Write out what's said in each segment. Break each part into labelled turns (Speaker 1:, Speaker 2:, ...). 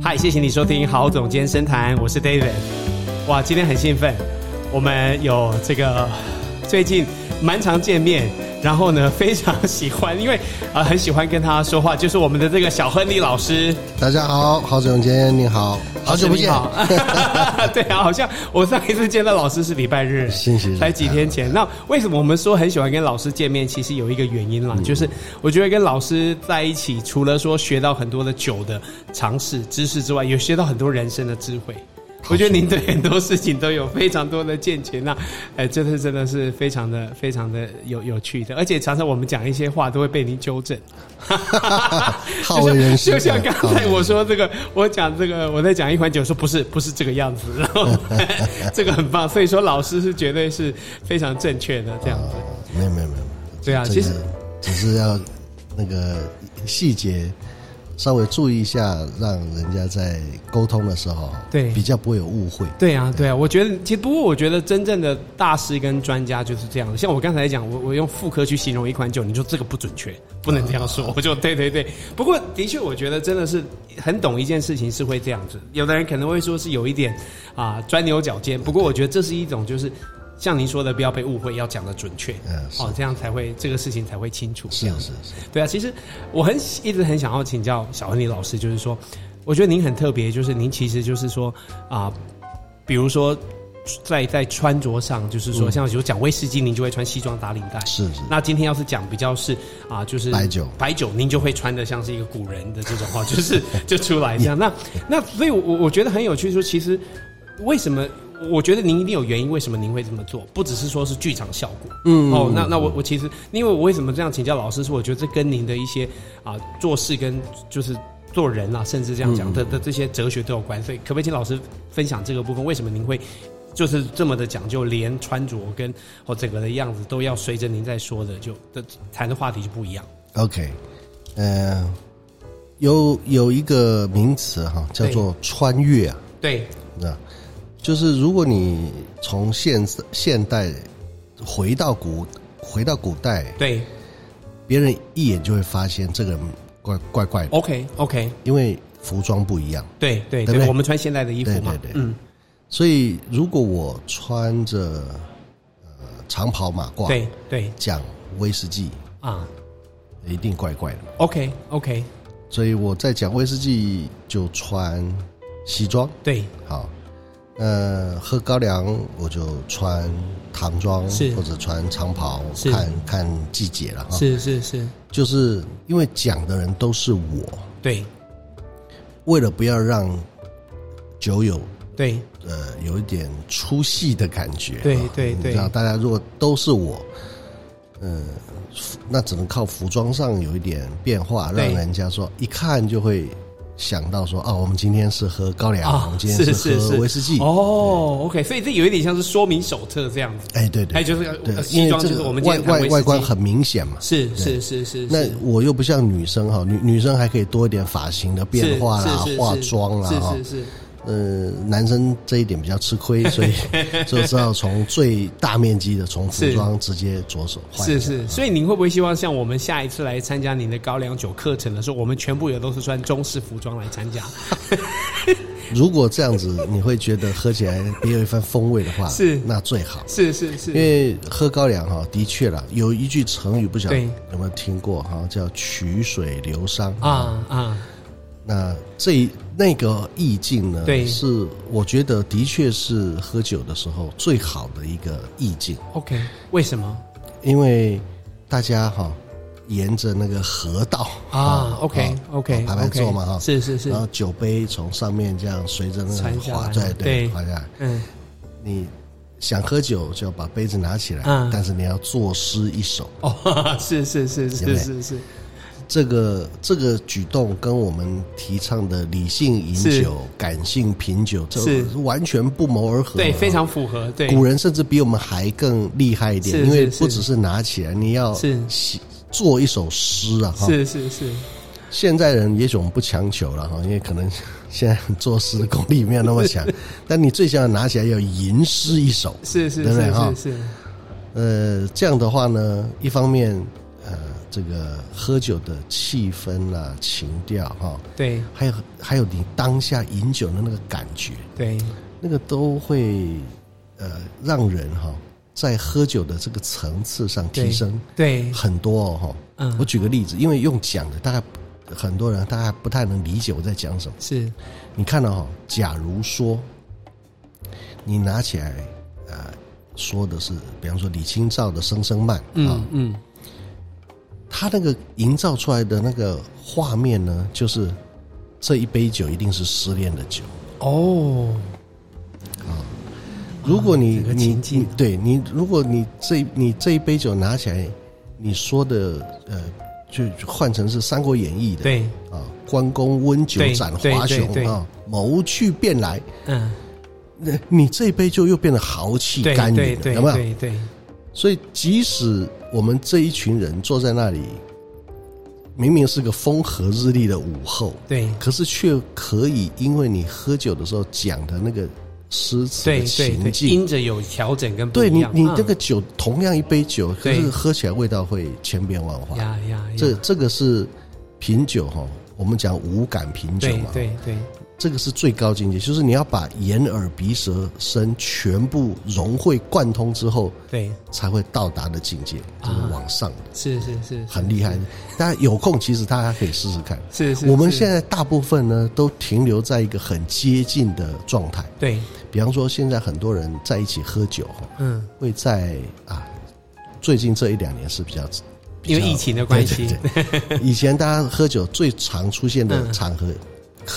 Speaker 1: 嗨，谢谢你收听郝总监深谈，我是 David。哇，今天很兴奋，我们有这个最近蛮常见面，然后呢非常喜欢，因为呃很喜欢跟他说话，就是我们的这个小亨利老师。
Speaker 2: 大家好，郝总监你好，好久不见
Speaker 1: 你，好 对啊，好像我上一次见到老师是礼拜日，
Speaker 2: 是是是
Speaker 1: 才几天前。那为什么我们说很喜欢跟老师见面？其实有一个原因啦，
Speaker 2: 嗯
Speaker 1: 就是我觉得跟老师在一起，除了说学到很多的酒的常识、知识之外，有学到很多人生的智慧。我觉得您对很多事情都有非常多的见解，那，哎，这次真的是非常的、非常的有有趣的，而且常常我们讲一些话都会被您纠正，
Speaker 2: 好为人师
Speaker 1: 就像
Speaker 2: 表
Speaker 1: 刚
Speaker 2: 好为
Speaker 1: 才
Speaker 2: 人
Speaker 1: 我说这个，我讲这个，我在讲一款酒，说不是，不是这个样子， 然后这个很棒，所以说老师是绝对是非常正确的这样子，
Speaker 2: 没有没有没有，
Speaker 1: 对啊，
Speaker 2: 这
Speaker 1: 其实
Speaker 2: 个只是要那个细节稍微注意一下，让人家在沟通的时候，
Speaker 1: 对
Speaker 2: 比较不会有误会。
Speaker 1: 对啊，对啊，我觉得其实不过，我觉得真正的大师跟专家就是这样。像我刚才讲，我我用妇科去形容一款酒，你说这个不准确，不能这样说。我就 对对对。不过的确，我觉得真的是很懂一件事情是会这样子。有的人可能会说是有一点啊钻牛角尖，不过我觉得这是一种就是像您说的，不要被误会，要讲的准确。
Speaker 2: 嗯是
Speaker 1: 哦，这样才会这个事情才会清楚。
Speaker 2: 是
Speaker 1: 这样
Speaker 2: 是是，
Speaker 1: 对啊，其实我很一直很想要请教小亨利老师，就是说，我觉得您很特别，就是您其实就是说啊、比如说在在穿着上，就是
Speaker 2: 嗯
Speaker 1: 说、像有讲威士忌，您就会穿西装打领带。
Speaker 2: 是是
Speaker 1: 那今天要是讲比较是啊、就是
Speaker 2: 白酒
Speaker 1: 白酒您就会穿的像是一个古人的这种话， 就是就出来这样。那那所以我，我我觉得很有趣，说其实为什么？我觉得您一定有原因，为什么您会这么做？不只是说是剧场效果，嗯，哦，那那我我其实，因为我为什么这样请教老师，是我觉得这跟您的一些啊、做事跟就是做人啦、甚至这样讲的的这些哲学都有关，所以可不可以请老师分享这个部分？为什么您会就是这么的讲究，连穿着跟哦整个的样子都要随着您在说的，就的谈的话题就不一样。
Speaker 2: OK，呃，有有一个名词哈，叫做穿越啊，
Speaker 1: 对，
Speaker 2: 那就是如果你从现现代回到古回到古代，
Speaker 1: 对
Speaker 2: 别人一眼就会发现这个人怪怪怪的，
Speaker 1: ，OK OK，
Speaker 2: 因为服装不一样。
Speaker 1: 对对
Speaker 2: 对不
Speaker 1: 对，
Speaker 2: 对
Speaker 1: 我们穿现代的衣服
Speaker 2: 对
Speaker 1: 嘛，
Speaker 2: 对对
Speaker 1: 嗯，
Speaker 2: 所以如果我穿着呃长袍马褂，
Speaker 1: 对对
Speaker 2: 讲威士忌，
Speaker 1: 啊
Speaker 2: 一定怪怪的。
Speaker 1: ，OK OK，
Speaker 2: 所以我在讲威士忌就穿西装，
Speaker 1: 对
Speaker 2: 好，呃，喝高粱我就穿唐装
Speaker 1: 是，
Speaker 2: 或者穿长袍，
Speaker 1: 是
Speaker 2: 看看季节了哈。
Speaker 1: 是是是，
Speaker 2: 就是因为讲的人都是我，
Speaker 1: 对
Speaker 2: 为了不要让酒友
Speaker 1: 对
Speaker 2: 呃有一点出戏的感觉。
Speaker 1: 对
Speaker 2: 啊
Speaker 1: 对
Speaker 2: 你
Speaker 1: 对
Speaker 2: 知道大家如果都是我，呃，服那只能靠服装上有一点变化，让
Speaker 1: 对
Speaker 2: 人家说一看就会想到说啊，我们今天是喝高粱，我
Speaker 1: 啊，
Speaker 2: 们今
Speaker 1: 是
Speaker 2: 天
Speaker 1: 是
Speaker 2: 喝
Speaker 1: 是
Speaker 2: 威士忌。
Speaker 1: 哦，OK，所以这有一点像是说明手册这样子，
Speaker 2: 哎，对对，
Speaker 1: 哎就是
Speaker 2: 对
Speaker 1: 呃，
Speaker 2: 因
Speaker 1: 西
Speaker 2: 为
Speaker 1: 装
Speaker 2: 这
Speaker 1: 就是
Speaker 2: 个
Speaker 1: 我们今
Speaker 2: 外
Speaker 1: 天
Speaker 2: 外
Speaker 1: 谈威士忌
Speaker 2: 外观很明显嘛。
Speaker 1: 是是是是，
Speaker 2: 那
Speaker 1: 是
Speaker 2: 我又不像女生哈，女女生还可以多一点发型的变化啦
Speaker 1: 是是是、
Speaker 2: 化妆啦
Speaker 1: 是
Speaker 2: 哈
Speaker 1: 是。是，
Speaker 2: 呃，男生这一点比较吃亏，所 以就是要从最大面积的从服装直接着手换。
Speaker 1: 是，是，所以您会不会希望像我们下一次来参加您的高粱酒课程的时候，我们全部也都是穿中式服装来参加？
Speaker 2: 如果这样子你会觉得喝起来别有一番风味的话，
Speaker 1: 是
Speaker 2: 那最好。
Speaker 1: 是是
Speaker 2: 因
Speaker 1: 是，
Speaker 2: 为喝高粱哈，的确啦，有一句成语不晓得
Speaker 1: 对
Speaker 2: 有没有听过哈，叫曲水流觞。
Speaker 1: 啊啊，
Speaker 2: 那这一那个意境呢，
Speaker 1: 对
Speaker 2: 是我觉得的确是喝酒的时候最好的一个意境。
Speaker 1: OK，为什么
Speaker 2: 因为大家哈、沿着那个河道
Speaker 1: 啊？OK
Speaker 2: 啊
Speaker 1: OK，
Speaker 2: 排排坐嘛哈、啊
Speaker 1: 是是是
Speaker 2: 然，后酒杯从上面这样随着那
Speaker 1: 传
Speaker 2: 个
Speaker 1: 下
Speaker 2: 滑
Speaker 1: 来
Speaker 2: 对
Speaker 1: 对
Speaker 2: 滑下来。
Speaker 1: 嗯，
Speaker 2: 你想喝酒就要把杯子拿起来，
Speaker 1: 嗯
Speaker 2: 但是你要作诗一首。
Speaker 1: 哦， 哈哈是是是
Speaker 2: 对
Speaker 1: 是
Speaker 2: 不对
Speaker 1: 是是，
Speaker 2: 这个这个举动跟我们提倡的理性饮
Speaker 1: 是
Speaker 2: 酒、感性品酒，这
Speaker 1: 是
Speaker 2: 完全不谋而合。
Speaker 1: 对，非。常符合，对，
Speaker 2: 古人甚至比我们还更厉害一
Speaker 1: 是
Speaker 2: 点，因为
Speaker 1: 是是
Speaker 2: 不只是拿起来，你要
Speaker 1: 是
Speaker 2: 写做一首诗啊！哈，
Speaker 1: 是是是，
Speaker 2: 现在人也许我们不强求了哈，因为可能现在作诗的功力没有那么强， 但你最起码拿起来要吟诗一首。
Speaker 1: 是是
Speaker 2: 对不对
Speaker 1: 是
Speaker 2: 哈
Speaker 1: 是是，
Speaker 2: 呃，这样的话呢，一方面呃，这个喝酒的气氛啊、情调哈、
Speaker 1: 对
Speaker 2: 还有还有你当下饮酒的那个感觉，
Speaker 1: 对
Speaker 2: 那个都会呃让人哈、在喝酒的这个层次上提升
Speaker 1: 对，
Speaker 2: 很多哦哈、
Speaker 1: 嗯
Speaker 2: 我举个例子，因为用讲的大概很多人大概不太能理解我在讲什么。
Speaker 1: 是
Speaker 2: 你看到、哦、哈，假如说你拿起来呃说的是，比方说李清照的《声声慢》啊、
Speaker 1: 嗯嗯
Speaker 2: 他那个营造出来的那个画面呢，就是这一杯酒一定是失恋的酒。
Speaker 1: 哦，
Speaker 2: 如果你、
Speaker 1: 整个
Speaker 2: 你
Speaker 1: 情境
Speaker 2: 你对你，如果你这你这一杯酒拿起来，你说的呃，就就换成是《三国演义》的
Speaker 1: 对，
Speaker 2: 啊，关公温酒
Speaker 1: 对
Speaker 2: 斩
Speaker 1: 对
Speaker 2: 华
Speaker 1: 对
Speaker 2: 雄
Speaker 1: 对
Speaker 2: 啊，谋去便来，
Speaker 1: 嗯，
Speaker 2: 那你这一杯就又变得豪气
Speaker 1: 对
Speaker 2: 干
Speaker 1: 对
Speaker 2: 云了，
Speaker 1: 对
Speaker 2: 有没有？
Speaker 1: 对对，
Speaker 2: 所以即使我们这一群人坐在那里，明明是个风和日丽的午后，
Speaker 1: 对
Speaker 2: 可是却可以因为你喝酒的时候讲的那个诗词的
Speaker 1: 对
Speaker 2: 情
Speaker 1: 对对，
Speaker 2: 境，
Speaker 1: 因着有调整跟不
Speaker 2: 对
Speaker 1: 一
Speaker 2: 你
Speaker 1: 样，
Speaker 2: 你
Speaker 1: 嗯
Speaker 2: 这个酒同样一杯酒，可
Speaker 1: 对
Speaker 2: 是喝起来味道会千变万化。
Speaker 1: 呀呀，呀
Speaker 2: 这这个是品酒哈，我们讲五感品酒
Speaker 1: 对
Speaker 2: 嘛，
Speaker 1: 对对
Speaker 2: 这个是最高境界，就是你要把眼耳鼻舌身全部融会贯通之后，
Speaker 1: 对，
Speaker 2: 才会到达的境界，
Speaker 1: 啊
Speaker 2: 就是往上的，
Speaker 1: 是是是
Speaker 2: 很厉害。大家有空，其实大家可以试试看。
Speaker 1: 是是，
Speaker 2: 我们
Speaker 1: 是
Speaker 2: 现在大部分呢都停留在一个很接近的状态，
Speaker 1: 对，
Speaker 2: 比方说现在很多人在一起喝酒，
Speaker 1: 嗯，
Speaker 2: 会在啊，最近这一两年是比较，比
Speaker 1: 因
Speaker 2: 较
Speaker 1: 为疫情的关系，
Speaker 2: 对对对以前大家喝酒最常出现的
Speaker 1: 嗯
Speaker 2: 场合，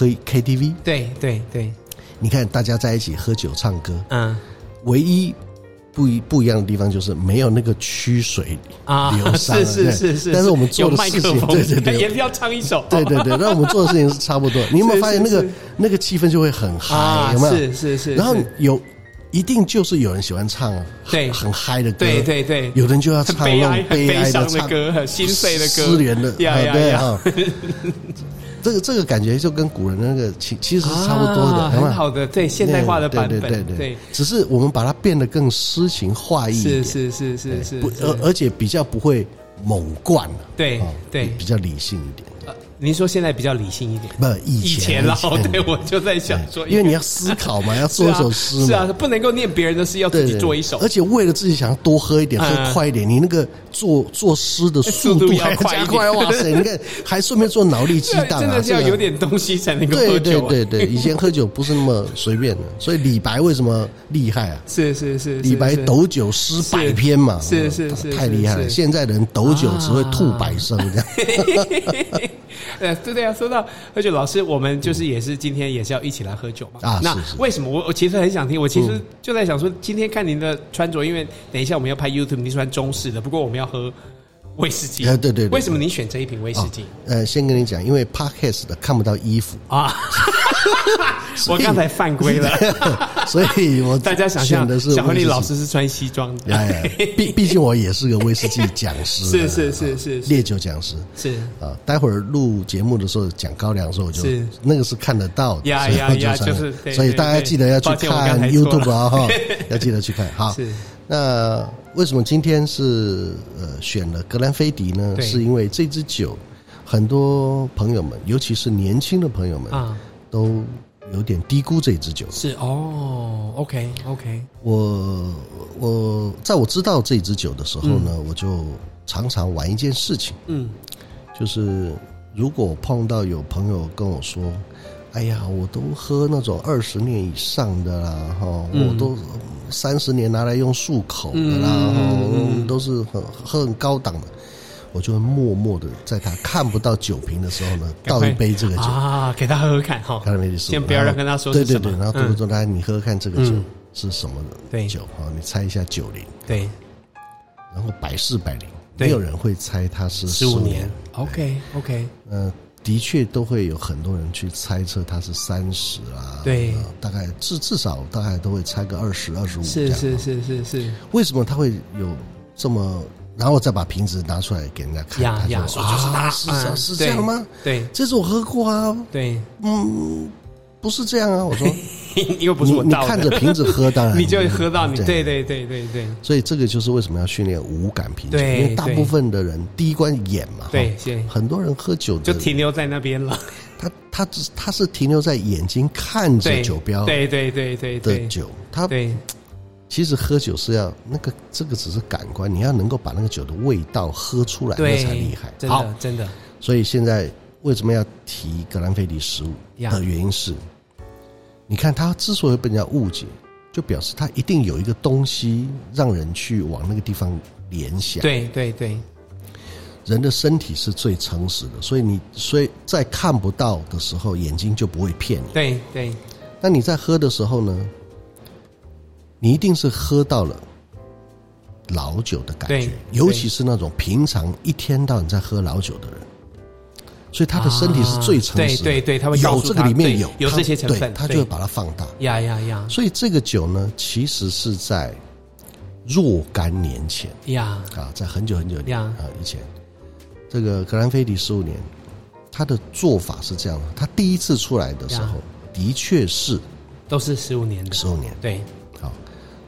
Speaker 2: 以 KTV，
Speaker 1: 对对对，
Speaker 2: 你看大家在一起喝酒唱歌，
Speaker 1: 嗯
Speaker 2: 唯一不一不一样的地方就是没有那个曲水
Speaker 1: 啊
Speaker 2: 流，沙
Speaker 1: 是
Speaker 2: 了
Speaker 1: 是
Speaker 2: 对
Speaker 1: 是是，
Speaker 2: 但是我们
Speaker 1: 有
Speaker 2: 做的
Speaker 1: 麦
Speaker 2: 事
Speaker 1: 克
Speaker 2: 情，
Speaker 1: 风，
Speaker 2: 对对对，
Speaker 1: 也不要唱一首，
Speaker 2: 对对对，那我们做的事情是差不多。你有没有发现那个
Speaker 1: 是是
Speaker 2: 那个气氛就会很嗨、
Speaker 1: 啊，
Speaker 2: 哎有没有？
Speaker 1: 是是是，
Speaker 2: 然后
Speaker 1: 是
Speaker 2: 有一定就是有人喜欢唱
Speaker 1: 对
Speaker 2: 很嗨的歌，
Speaker 1: 对对对，
Speaker 2: 有人就要
Speaker 1: 很
Speaker 2: 唱
Speaker 1: 悲
Speaker 2: 那
Speaker 1: 哀、
Speaker 2: 种
Speaker 1: 很悲
Speaker 2: 哀
Speaker 1: 伤的
Speaker 2: 唱
Speaker 1: 歌、很心碎的歌、
Speaker 2: 失联的，
Speaker 1: 呀
Speaker 2: 啊
Speaker 1: 呀
Speaker 2: 对
Speaker 1: 呀，
Speaker 2: 啊。这个这个感觉就跟古人的那个其其实是差不多的，
Speaker 1: 啊
Speaker 2: 有没有
Speaker 1: 很好的，对现代化的版
Speaker 2: 对
Speaker 1: 本
Speaker 2: 对，
Speaker 1: 对
Speaker 2: 对，只是我们把它变得更诗情画意一
Speaker 1: 是
Speaker 2: 点，
Speaker 1: 是是是是，
Speaker 2: 不呃
Speaker 1: 是
Speaker 2: 而而且比较不会猛灌了，
Speaker 1: 对
Speaker 2: 啊
Speaker 1: 对
Speaker 2: 比较理性一点。
Speaker 1: 呃您说现在比较理性一点，
Speaker 2: 不，以
Speaker 1: 呃以
Speaker 2: 前
Speaker 1: 前
Speaker 2: 以
Speaker 1: 啦，哦
Speaker 2: 前哎
Speaker 1: 对我就在想说，
Speaker 2: 因为你要思 考嘛，要做一首诗嘛，
Speaker 1: 是啊，是啊不能够念别人的诗，要
Speaker 2: 对
Speaker 1: 自己做一首
Speaker 2: 而。且为了自己想要多喝一
Speaker 1: 嗯
Speaker 2: 点，
Speaker 1: 哎
Speaker 2: 喝快一点，你那个做做诗的速
Speaker 1: 速度要
Speaker 2: 还
Speaker 1: 快
Speaker 2: 加
Speaker 1: 一点
Speaker 2: 快，哇塞！你看， 还顺便做脑力激
Speaker 1: 这
Speaker 2: 荡
Speaker 1: 真
Speaker 2: 啊，
Speaker 1: 的是要
Speaker 2: 这个
Speaker 1: 有。点东西才能够喝
Speaker 2: 对对
Speaker 1: 酒、啊。
Speaker 2: 对对，以前喝酒不是那么随便的，所以李白为什么厉害啊？
Speaker 1: 是是是，
Speaker 2: 李白
Speaker 1: 抖
Speaker 2: 斗酒诗百篇嘛，
Speaker 1: 是是是是
Speaker 2: 太厉害了。
Speaker 1: 是啊是
Speaker 2: 现在人斗酒只会吐百声这样。
Speaker 1: 呃，对对啊，说到喝酒，老师，我们就是也是今天也是要一起来喝酒嘛。
Speaker 2: 嗯啊
Speaker 1: 那
Speaker 2: 是是
Speaker 1: 为什么我我其实很想听，我其实
Speaker 2: 嗯
Speaker 1: 就在想说，今天看您的穿着，因为等一下我们要拍 YouTube，您穿中式的，不过我们要喝威士忌。
Speaker 2: 哎对对对
Speaker 1: 为什么您选这一瓶威士忌？
Speaker 2: 呃，先跟你讲，因为 podcast 的看不到衣服，
Speaker 1: 啊，我刚才犯规了。
Speaker 2: 哦所以我
Speaker 1: 大家想象
Speaker 2: 选的是
Speaker 1: 小亨利
Speaker 2: 威士忌
Speaker 1: 老师是穿西装的，
Speaker 2: 哎， 毕毕竟我也是个威士忌讲师，啊
Speaker 1: 是是是是是
Speaker 2: 烈酒讲师
Speaker 1: 是
Speaker 2: 啊。待会儿录节目的时候讲高粱的时候，我就是那个是看得到的，
Speaker 1: 呀
Speaker 2: 所以
Speaker 1: 呀
Speaker 2: 我
Speaker 1: 呀
Speaker 2: 穿了
Speaker 1: 就是对
Speaker 2: 所以大家
Speaker 1: 对对
Speaker 2: 记得要去
Speaker 1: 抱歉我刚
Speaker 2: 看
Speaker 1: 才错了
Speaker 2: YouTube 啊哈，要记得去看。好
Speaker 1: 是，
Speaker 2: 那为什么今天是呃选了格兰菲迪呢？
Speaker 1: 对
Speaker 2: 是因为这支酒，很多朋友们，尤其是年轻的朋友们，
Speaker 1: 啊，
Speaker 2: 都有点低估这支酒。
Speaker 1: 是哦，OK OK，
Speaker 2: 我我在我知道这支酒的时候呢，我就常常玩一件事情，
Speaker 1: 嗯，
Speaker 2: 就是如果我碰到有朋友跟我说：“哎呀，我都喝那种二十年以上的啦，哈，
Speaker 1: 嗯
Speaker 2: 我都三十年拿来用漱口的啦，
Speaker 1: 嗯
Speaker 2: 哈
Speaker 1: 嗯嗯嗯
Speaker 2: 都是很很高档的。”我就会默默的在他看不到酒瓶的时候呢，
Speaker 1: 赶
Speaker 2: 倒
Speaker 1: 快
Speaker 2: 一杯这个酒，
Speaker 1: 啊，给他喝喝看哈，
Speaker 2: 看到没？就是
Speaker 1: 先不要让跟他说
Speaker 2: 对
Speaker 1: 是
Speaker 2: 对
Speaker 1: 什么
Speaker 2: 对，然后嘟嘟嘟来，你喝喝看这个酒
Speaker 1: 嗯
Speaker 2: 是什么
Speaker 1: 对
Speaker 2: 酒哈？你猜一下酒龄。
Speaker 1: 对，
Speaker 2: 然后百试百灵，
Speaker 1: 对
Speaker 2: 没有人会猜它是
Speaker 1: 十
Speaker 2: 15
Speaker 1: 五年。，OK OK，
Speaker 2: 呃，的确都会有很多人去猜测它是三十啊，
Speaker 1: 对
Speaker 2: 呃大概至至少大概都会猜个二十、二十五这
Speaker 1: 是
Speaker 2: 样。
Speaker 1: 是是是是，
Speaker 2: 为什么它会有这么？然后我再把瓶子拿出来给人家看，
Speaker 1: 呀
Speaker 2: 他
Speaker 1: 呀，
Speaker 2: 说
Speaker 1: 说就是
Speaker 2: 啊
Speaker 1: 他，
Speaker 2: 是
Speaker 1: 嗯
Speaker 2: 是是这样吗？？
Speaker 1: 对
Speaker 2: 这是我喝过啊，
Speaker 1: 对
Speaker 2: 嗯，不是这样啊！我说
Speaker 1: 又 不
Speaker 2: 你
Speaker 1: 是我
Speaker 2: 你
Speaker 1: 倒
Speaker 2: 看着嗯
Speaker 1: 的，
Speaker 2: 瓶子喝，当然
Speaker 1: 你就会喝到你。
Speaker 2: 对
Speaker 1: 对对对对对
Speaker 2: 所以这个就是为什么要训练五感品酒，因
Speaker 1: 对
Speaker 2: 为大
Speaker 1: 对
Speaker 2: 部分的人第一关眼嘛，
Speaker 1: 对，
Speaker 2: 哈
Speaker 1: 先
Speaker 2: 很多人喝酒的
Speaker 1: 就停留在那边 了。
Speaker 2: 他他只他是停留在眼睛看着
Speaker 1: 对，
Speaker 2: 酒标
Speaker 1: 对对对对
Speaker 2: 的
Speaker 1: 对
Speaker 2: 酒，他
Speaker 1: 对
Speaker 2: 其实喝酒是要那个这个只是感官，你要能够把那个酒的味道喝出来，那
Speaker 1: 对，
Speaker 2: 才厉害。
Speaker 1: 真
Speaker 2: 好，
Speaker 1: 的真的
Speaker 2: 所以现在为什么要提格兰菲迪食物
Speaker 1: 呀
Speaker 2: 的原因是，你看他之所以被人家误解，就表示他一定有一个东西让人去往那个地方联想。
Speaker 1: 对对对
Speaker 2: 人的身体是最诚实的，所以你所以在看不到的时候，眼睛就不会骗你。
Speaker 1: 对对
Speaker 2: 那你在喝的时候呢，你一定是喝到了老酒的感觉
Speaker 1: 对，
Speaker 2: 尤其是那种平常一天到晚在喝老酒的人，所以他的身体是最诚实
Speaker 1: 啊
Speaker 2: 的，
Speaker 1: 对对对他会告
Speaker 2: 有
Speaker 1: 诉
Speaker 2: 这个
Speaker 1: 他
Speaker 2: 里面
Speaker 1: 对
Speaker 2: 有
Speaker 1: 有
Speaker 2: 他
Speaker 1: 这些成
Speaker 2: 对
Speaker 1: 分
Speaker 2: 他就
Speaker 1: 对
Speaker 2: 会把它放大。
Speaker 1: 呀呀呀
Speaker 2: 所以这个酒呢，其实是在若干年前
Speaker 1: 呀
Speaker 2: 啊，在很久很久以前
Speaker 1: 呀
Speaker 2: 啊以前，这个格兰菲迪十五年，他的做法是这样的，他第一次出来的时候，的确是
Speaker 1: 都是十五年的，
Speaker 2: 十五年。啊
Speaker 1: 对
Speaker 2: 好，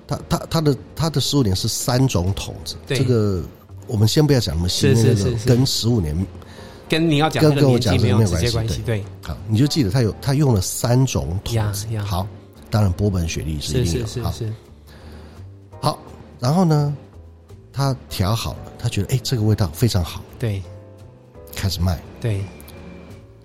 Speaker 2: 它它它的它的十五年是三种桶子，
Speaker 1: 对
Speaker 2: 这个我们先不要讲那么细，
Speaker 1: 是
Speaker 2: 因为
Speaker 1: 是
Speaker 2: 那个
Speaker 1: 是是
Speaker 2: 跟十五年
Speaker 1: 跟你要讲
Speaker 2: 跟
Speaker 1: 那个
Speaker 2: 跟我
Speaker 1: 年
Speaker 2: 讲
Speaker 1: 纪
Speaker 2: 是
Speaker 1: 没有
Speaker 2: 没有
Speaker 1: 直接
Speaker 2: 关
Speaker 1: 关
Speaker 2: 系
Speaker 1: 系，对
Speaker 2: 好，啊你就记得它有它用了三种桶子
Speaker 1: 呀呀
Speaker 2: 好，当然波本雪莉是
Speaker 1: 是
Speaker 2: 一定
Speaker 1: 是
Speaker 2: 有，
Speaker 1: 是
Speaker 2: 好
Speaker 1: 是，
Speaker 2: 好，然后呢，他调好了，他觉得哎这个味道非常好，
Speaker 1: 对
Speaker 2: 开始卖。
Speaker 1: 对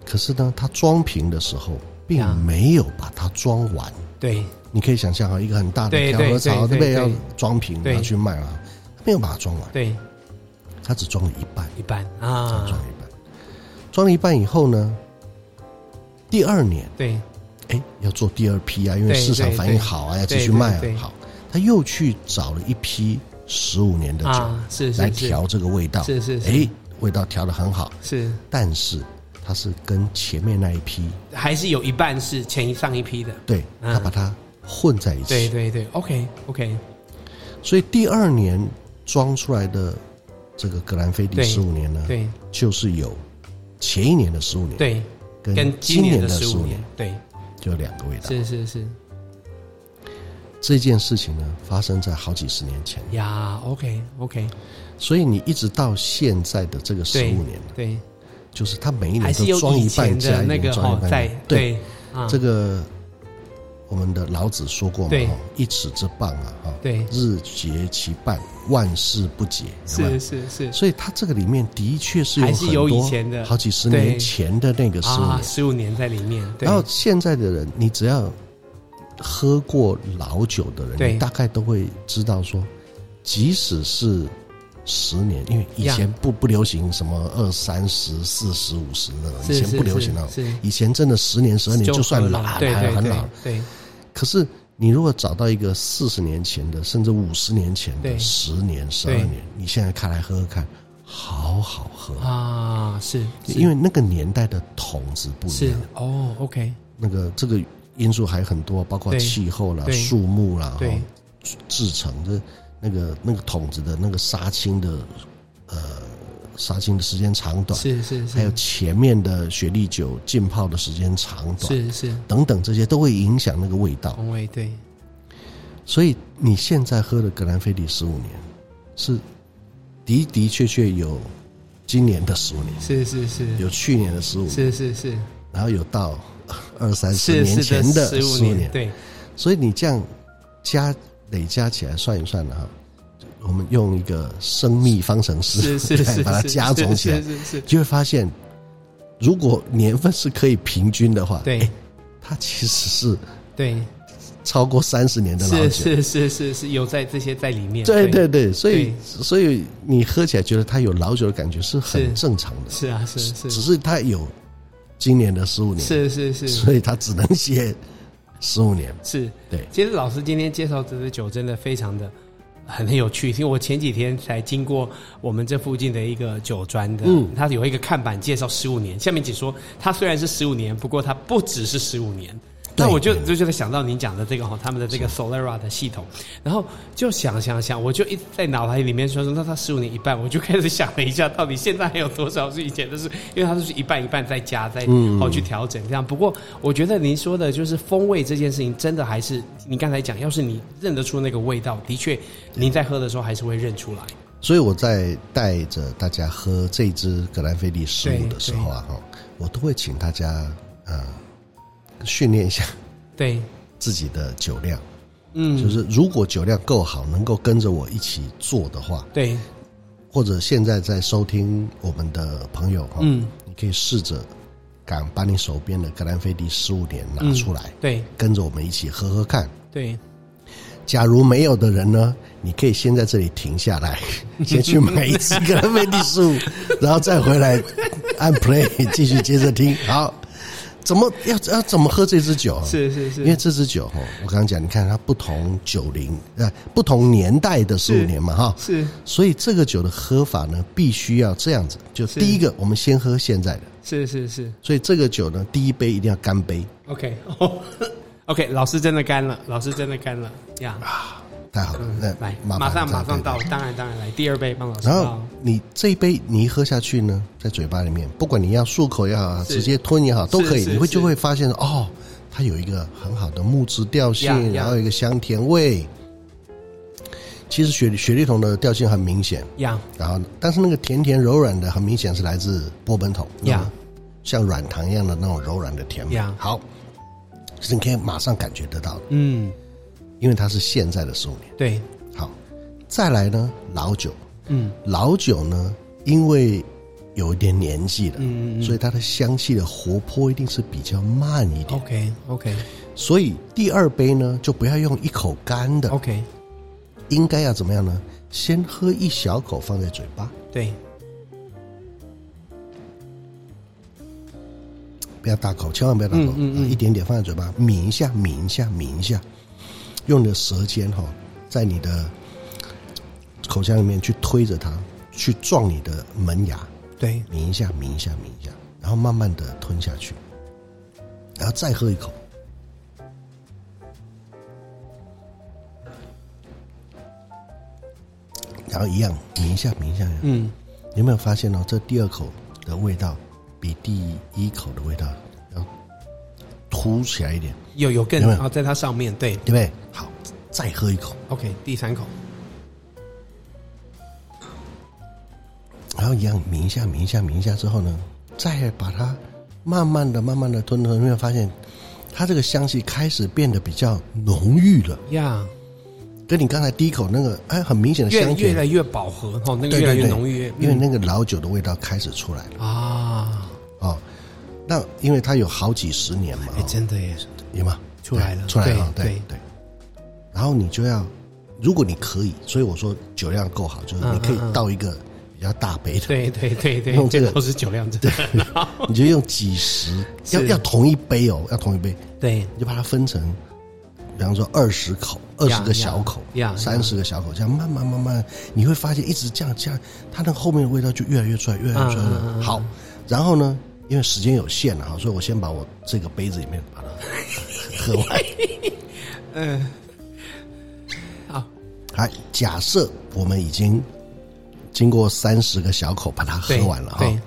Speaker 2: 可是呢，他装瓶的时候并
Speaker 1: 呀
Speaker 2: 没有把它装完，
Speaker 1: 对
Speaker 2: 你可以想象哈，一个很大的
Speaker 1: 对
Speaker 2: 调
Speaker 1: 对
Speaker 2: 和槽，
Speaker 1: 对
Speaker 2: 不对？
Speaker 1: 对
Speaker 2: 要
Speaker 1: 对
Speaker 2: 装瓶
Speaker 1: 对
Speaker 2: 拿去卖啊，他没有把它装完，
Speaker 1: 对，
Speaker 2: 他只装了一半。
Speaker 1: 一般
Speaker 2: 装
Speaker 1: 啊
Speaker 2: 了，一半，装了一半以后呢，第二年，
Speaker 1: 对
Speaker 2: 哎，要做第二批啊，因为
Speaker 1: 对
Speaker 2: 市场
Speaker 1: 对
Speaker 2: 反应
Speaker 1: 对
Speaker 2: 好啊，要继
Speaker 1: 对
Speaker 2: 续卖啊
Speaker 1: 对。对
Speaker 2: 好，他又去找了一批十五年的酒
Speaker 1: 啊，是
Speaker 2: 来
Speaker 1: 是是
Speaker 2: 调这个味道，
Speaker 1: 是是是
Speaker 2: 哎，味道调的很好，
Speaker 1: 是，
Speaker 2: 但是它是跟前面那一批，
Speaker 1: 还是有一半是前一上一批的，
Speaker 2: 对，
Speaker 1: 嗯
Speaker 2: 他把它混在一
Speaker 1: 对
Speaker 2: 起，
Speaker 1: 对对，OK OK，
Speaker 2: 所以第二年装出来的这个格兰菲迪
Speaker 1: 对
Speaker 2: 十五年呢，
Speaker 1: 对
Speaker 2: 就是有前一年的十五年，
Speaker 1: 对，跟今
Speaker 2: 嗯今
Speaker 1: 年
Speaker 2: 年
Speaker 1: 的
Speaker 2: 的
Speaker 1: 十
Speaker 2: 十
Speaker 1: 五
Speaker 2: 五
Speaker 1: 年
Speaker 2: 年，
Speaker 1: 对，
Speaker 2: 就有两个味道。
Speaker 1: 是是是
Speaker 2: 这件事情呢，发生在好几十年前，
Speaker 1: 呀，OK OK，
Speaker 2: 所以你一直到现在的这个十
Speaker 1: 对
Speaker 2: 五年，
Speaker 1: 对，
Speaker 2: 就是他每一
Speaker 1: 还
Speaker 2: 年
Speaker 1: 是
Speaker 2: 都
Speaker 1: 有
Speaker 2: 装
Speaker 1: 以
Speaker 2: 一
Speaker 1: 前
Speaker 2: 半加
Speaker 1: 的
Speaker 2: 一
Speaker 1: 那
Speaker 2: 点，
Speaker 1: 个
Speaker 2: 装
Speaker 1: 哦
Speaker 2: 一，半。
Speaker 1: 在
Speaker 2: 对，
Speaker 1: 啊，
Speaker 2: 这个我们的老子说过嘛，
Speaker 1: 对
Speaker 2: 哦一尺之棒啊，哈，
Speaker 1: 对
Speaker 2: 日结其半，万事不解，有没有
Speaker 1: 是是是
Speaker 2: 所以它这个里面的确是有
Speaker 1: 还是有
Speaker 2: 很多
Speaker 1: 以前的
Speaker 2: 好几十年
Speaker 1: 对
Speaker 2: 前的那个十五
Speaker 1: 啊，
Speaker 2: 年，
Speaker 1: 十五年在里面，对
Speaker 2: 然后现在的人，你只要喝过老酒的人，
Speaker 1: 对
Speaker 2: 你大概都会知道说，即使是十年，因为以前
Speaker 1: 呀
Speaker 2: 不不流行什么二三十、四十、五十那种，
Speaker 1: 是
Speaker 2: 以前
Speaker 1: 是
Speaker 2: 不流行那种，
Speaker 1: 是，
Speaker 2: 以前真的十年、十二年就算老了，
Speaker 1: 对
Speaker 2: 还
Speaker 1: 对
Speaker 2: 很
Speaker 1: 对
Speaker 2: 老了。
Speaker 1: 对
Speaker 2: 可是你如果找到一个四十年前的，甚至五十年前的
Speaker 1: 对
Speaker 2: 十年、十二
Speaker 1: 对
Speaker 2: 年，你现在开来喝喝看，好好喝，
Speaker 1: 啊，是是
Speaker 2: 因为那个年代的桶子不一
Speaker 1: 是
Speaker 2: 样。
Speaker 1: 哦，OK，
Speaker 2: 那个这个因素还很多，包括
Speaker 1: 对
Speaker 2: 气候啦、
Speaker 1: 对
Speaker 2: 树木啦、
Speaker 1: 对
Speaker 2: 哈制成的那个那个桶子的那个杀青的呃杀青的时间长短，
Speaker 1: 是是是，
Speaker 2: 还有前面的雪莉酒浸泡的时间长短
Speaker 1: 是是
Speaker 2: 等等，这些都会影响那个味道。
Speaker 1: 红卫对
Speaker 2: 所以你现在喝的格兰菲迪十五年是的的确确有今年的十五年，
Speaker 1: 是是是
Speaker 2: 有去年的十五年，
Speaker 1: 是是是
Speaker 2: 然后有到二三十
Speaker 1: 是
Speaker 2: 年
Speaker 1: 是
Speaker 2: 前
Speaker 1: 的
Speaker 2: 十
Speaker 1: 五
Speaker 2: 五年
Speaker 1: 年，。 对
Speaker 2: 所以你这样加累加起来算一算了哈，我们用一个生命方程式
Speaker 1: 是是
Speaker 2: 来
Speaker 1: 是
Speaker 2: 把它
Speaker 1: 是
Speaker 2: 加总起来，
Speaker 1: 是是是是
Speaker 2: 就会发现，如果年份是可以平均的话，
Speaker 1: 对
Speaker 2: 诶它其实是
Speaker 1: 对
Speaker 2: 超过三十年的老
Speaker 1: 是
Speaker 2: 酒。
Speaker 1: 是是是是有在这些在里面，
Speaker 2: 对对对，所以
Speaker 1: 对
Speaker 2: 所以你喝起来觉得它有老酒的感觉是很
Speaker 1: 是
Speaker 2: 正常的，
Speaker 1: 是啊是是
Speaker 2: 只是它有今年的十五年，
Speaker 1: 是是是
Speaker 2: 所以它只能写十五年。
Speaker 1: 是。
Speaker 2: 对，
Speaker 1: 其实老师今天介绍这支酒真的非常的很很有趣，因为我前几天才经过我们这附近的一个酒庄的，
Speaker 2: 嗯
Speaker 1: 它有一个看板介绍十五年，下面解说它虽然是十五年，不过它不只是十五年，那我就
Speaker 2: 对
Speaker 1: 就就在想到您讲的这个哈，他们的这个 Solara 的系统，然后就想想想，我就一直在脑海里面说说，那它十五年一半，我就开始想了一下，到底现在还有多少是以前的事？因为它就是一半一半在加，在好去调整这样。不过我觉得您说的就是风味这件事情，真的还是你刚才讲，要是你认得出那个味道，的确您在喝的时候还是会认出来。
Speaker 2: 所以我在带着大家喝这支格兰菲利十五的时候啊，哈，我都会请大家呃训练一下
Speaker 1: 对，
Speaker 2: 自己的酒量，
Speaker 1: 嗯，
Speaker 2: 就是如果酒量够好，能够跟着我一起做的话，
Speaker 1: 对，
Speaker 2: 或者现在在收听我们的朋友哈，
Speaker 1: 嗯，
Speaker 2: 你可以试着敢把你手边的格兰菲迪十五年拿出来，
Speaker 1: 对，
Speaker 2: 跟着我们一起喝喝看。
Speaker 1: 对，
Speaker 2: 假如没有的人呢，你可以先在这里停 下来，先去买一支格兰菲迪十五，然后再回来按 play 继续接着听。好，怎么要要怎么喝这支酒啊？
Speaker 1: 是是是，
Speaker 2: 因为这支酒哈，我刚刚讲，你看它不同酒龄呃不同年代的十五年嘛哈，
Speaker 1: 是
Speaker 2: 所以这个酒的喝法呢，必须要这样子。就是第一个，我们先喝现在的，
Speaker 1: 是是是
Speaker 2: 所以这个酒呢，第一杯一定要干杯，
Speaker 1: ，OK，哦 ，OK，老师真的干了，老师真的干了呀。
Speaker 2: 太好了，那
Speaker 1: 嗯来，
Speaker 2: 啊麻
Speaker 1: 马
Speaker 2: 烦
Speaker 1: 上
Speaker 2: 再
Speaker 1: 马上
Speaker 2: 对
Speaker 1: 到，当然当然来第二杯帮老师
Speaker 2: 然后
Speaker 1: 倒。
Speaker 2: 你这一杯你一喝下去呢，在嘴巴里面，不管你要漱口也好，啊
Speaker 1: 是
Speaker 2: 直接吞也好，都可
Speaker 1: 是
Speaker 2: 以，
Speaker 1: 是
Speaker 2: 你会就是会发现哦，它有一个很好的木质调
Speaker 1: 呀呀
Speaker 2: 性，然后有一个香甜味。其实雪雪莉桶的调性很明显，
Speaker 1: 呀
Speaker 2: 然后但是那个甜甜柔软的，很明显是来自波本桶，那种
Speaker 1: 呀
Speaker 2: 像软糖一样的那种柔软的甜美。
Speaker 1: 呀
Speaker 2: 好，是你可以马上感觉得到的，
Speaker 1: 嗯，
Speaker 2: 因为它是现在的十五年。
Speaker 1: 对，
Speaker 2: 好，再来呢，老酒，
Speaker 1: 嗯，
Speaker 2: 老酒呢，因为有一点年纪了，
Speaker 1: 嗯嗯嗯
Speaker 2: 所以它的香气的活泼一定是比较慢一点，
Speaker 1: ，OK OK
Speaker 2: 所以第二杯呢，就不要用一口干的，
Speaker 1: OK，
Speaker 2: 应该要怎么样呢？先喝一小口放在嘴巴，
Speaker 1: 对，
Speaker 2: 不要大口，千万不要大口，啊
Speaker 1: 嗯
Speaker 2: 一点点放在嘴巴，抿一下，抿一下，抿一下，用你的舌尖哈、在你的口腔里面去推着它，去撞你的门牙，
Speaker 1: 对，
Speaker 2: 抿一下，抿一下，抿一下，然后慢慢的吞下去，然后再喝一口。然后一样抿一下，抿一下。抿一下
Speaker 1: 嗯，
Speaker 2: 有没有发现哦？这第二口的味道比第一口的味道要凸起来一点，
Speaker 1: 有有更
Speaker 2: 有没有
Speaker 1: 啊，在它上面对
Speaker 2: 对不对？好，再喝一口，
Speaker 1: ，OK 第三口，
Speaker 2: 然后一样抿一下，抿一下，抿一下之后呢，再把它慢慢的、慢慢的吞吞，有没有发现它这个香气开始变得比较浓郁了？
Speaker 1: 呀，
Speaker 2: 跟你刚才第一口那个，哎，很明显的
Speaker 1: 越
Speaker 2: 香
Speaker 1: 越
Speaker 2: 甜，
Speaker 1: 来越饱和哦，那个
Speaker 2: 对
Speaker 1: 越来越
Speaker 2: 对嗯对，
Speaker 1: 浓郁，
Speaker 2: 因为
Speaker 1: 嗯
Speaker 2: 那个老酒的味道开始出来了
Speaker 1: 啊，
Speaker 2: 哦。那因为它有好几十年嘛，
Speaker 1: 哎，
Speaker 2: 哦
Speaker 1: 真的耶，
Speaker 2: 有吗？
Speaker 1: 出来了
Speaker 2: 对出来了，
Speaker 1: 对
Speaker 2: 对
Speaker 1: 对
Speaker 2: 对。然后你就要，如果你可以，所以我说酒量够好，就是你可以倒一个比较大杯的，
Speaker 1: 对对对对，
Speaker 2: 用这
Speaker 1: 这
Speaker 2: 个
Speaker 1: 都是酒量真的很好，
Speaker 2: 你就用几十，要
Speaker 1: 是
Speaker 2: 要同一杯哦，要同一杯，
Speaker 1: 对
Speaker 2: 你就把它分成，比方说二十口、二十
Speaker 1: 呀
Speaker 2: 个小口
Speaker 1: 呀呀、
Speaker 2: 三十个小口，这样慢慢慢慢，你会发现一直这样这样，它那个后面的味道就越来越出来，越来越出来。
Speaker 1: 嗯嗯嗯嗯
Speaker 2: 好，然后呢，因为时间有限了哈，所以我先把我这个杯子里面把它喝完。
Speaker 1: 好，
Speaker 2: 来，假设我们已经经过三十个小口把它喝
Speaker 1: 对
Speaker 2: 完了哈
Speaker 1: 对，，